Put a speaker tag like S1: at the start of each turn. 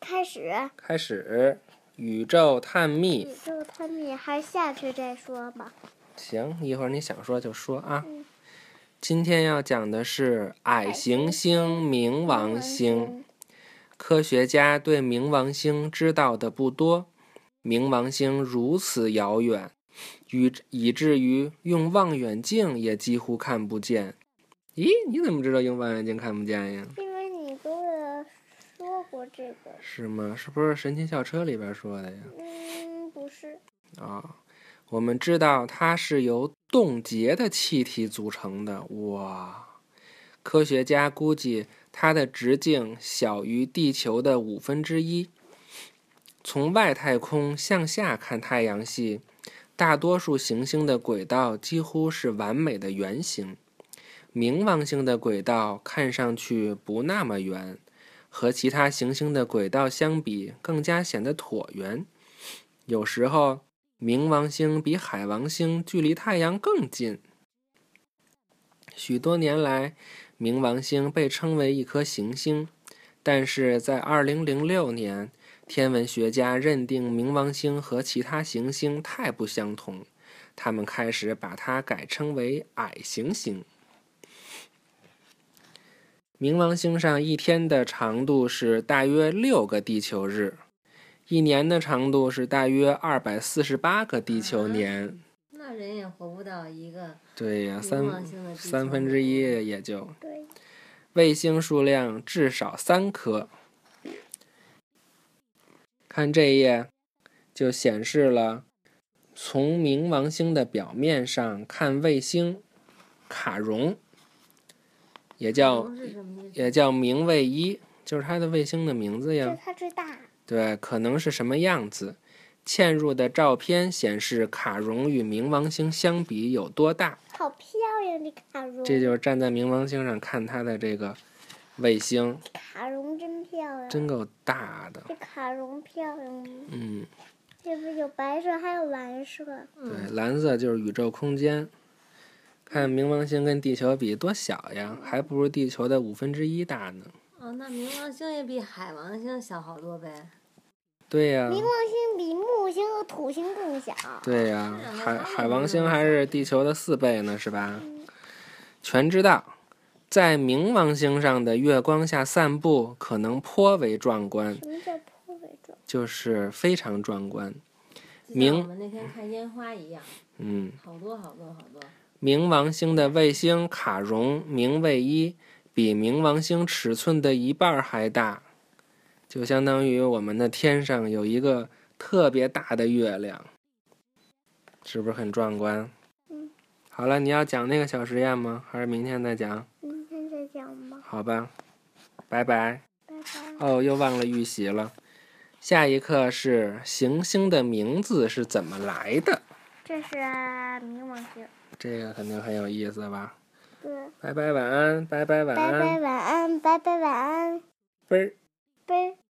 S1: 开始，
S2: 开始宇宙探秘
S1: 宇。宙探秘还是下次再说吧。
S2: 行，一会儿你想说就说啊。今天要讲的是矮行星冥王星。科学家对冥王星知道的不多，冥王星如此遥远，与以至于用望远镜也几乎看不见。咦，你怎么知道用望远镜看不见呀？
S1: 因为你跟我说过这个，
S2: 是吗？是不是《神奇校车》里边说的呀？
S1: 嗯，不是，
S2: 啊、我们知道它是由冻结的气体组成的。哇，科学家估计它的直径小于地球的五分之一。从外太空向下看太阳系，大多数行星的轨道几乎是完美的圆形。冥王星的轨道看上去不那么圆，和其他行星的轨道相比，更加显得椭圆。有时候，冥王星比海王星距离太阳更近。许多年来，冥王星被称为一颗行星，但是在2006年，天文学家认定冥王星和其他行星太不相同，他们开始把它改称为矮行星。冥王星上一天的长度是大约六个地球日，一年的长度是大约二百四十八个地球年。
S3: 那人也活不到一个
S2: 对呀、
S3: 冥王
S2: 三
S3: 星的地球
S2: 三分之一也就。
S1: 对，
S2: 卫星数量至少三颗。看这一页，就显示了从冥王星的表面上看卫星卡戎，也叫
S3: 是什么意思？
S2: 也叫冥卫一，就是它的卫星的名字呀。
S1: 这它最大，
S2: 对，可能是什么样子？嵌入的照片显示卡戎与冥王星相比有多大。
S1: 好漂亮的卡戎，
S2: 这就是站在冥王星上看它的这个卫星，
S1: 卡戎真漂亮，
S2: 真够大的。
S1: 这卡戎漂亮吗？
S2: 嗯，
S1: 这不有白色，还有蓝色，
S2: 对，蓝色就是宇宙空间。看冥王星跟地球比多小呀，还不如地球的五分之一大呢。
S3: 哦，那冥王星也比海王星小好多呗。
S2: 对呀、
S1: 冥王星比木星和土星更小。
S2: 对呀、
S3: 是啊
S2: 海
S3: 那
S2: 海
S3: 它
S2: 王
S3: 们
S2: 星还是地球的四倍呢，是吧？全知道，在冥王星上的月光下散步可能颇为壮观，
S1: 什么叫破伪装？
S2: 就是非常壮观。
S3: 就像我
S2: 冥
S3: 们那天看烟花一样，
S2: 嗯。
S3: 好多好多好多。
S2: 冥王星的卫星卡戎冥卫一比冥王星尺寸的一半儿还大，就相当于我们的天上有一个特别大的月亮，是不是很壮观？
S1: 嗯。
S2: 好了，你要讲那个小实验吗？还是明天再讲？
S1: 明天再讲吧，
S2: 好吧，拜拜。
S1: 拜拜。
S2: 哦，又忘了预习了。下一课是行星的名字是怎么来的，
S1: 这是冥王星，
S2: 这个肯定很有意思吧？
S1: 对，
S2: 拜拜，晚安，拜拜，晚
S1: 拜
S2: 安。
S1: 拜晚安，拜拜晚安，
S2: 分儿。
S1: 拜。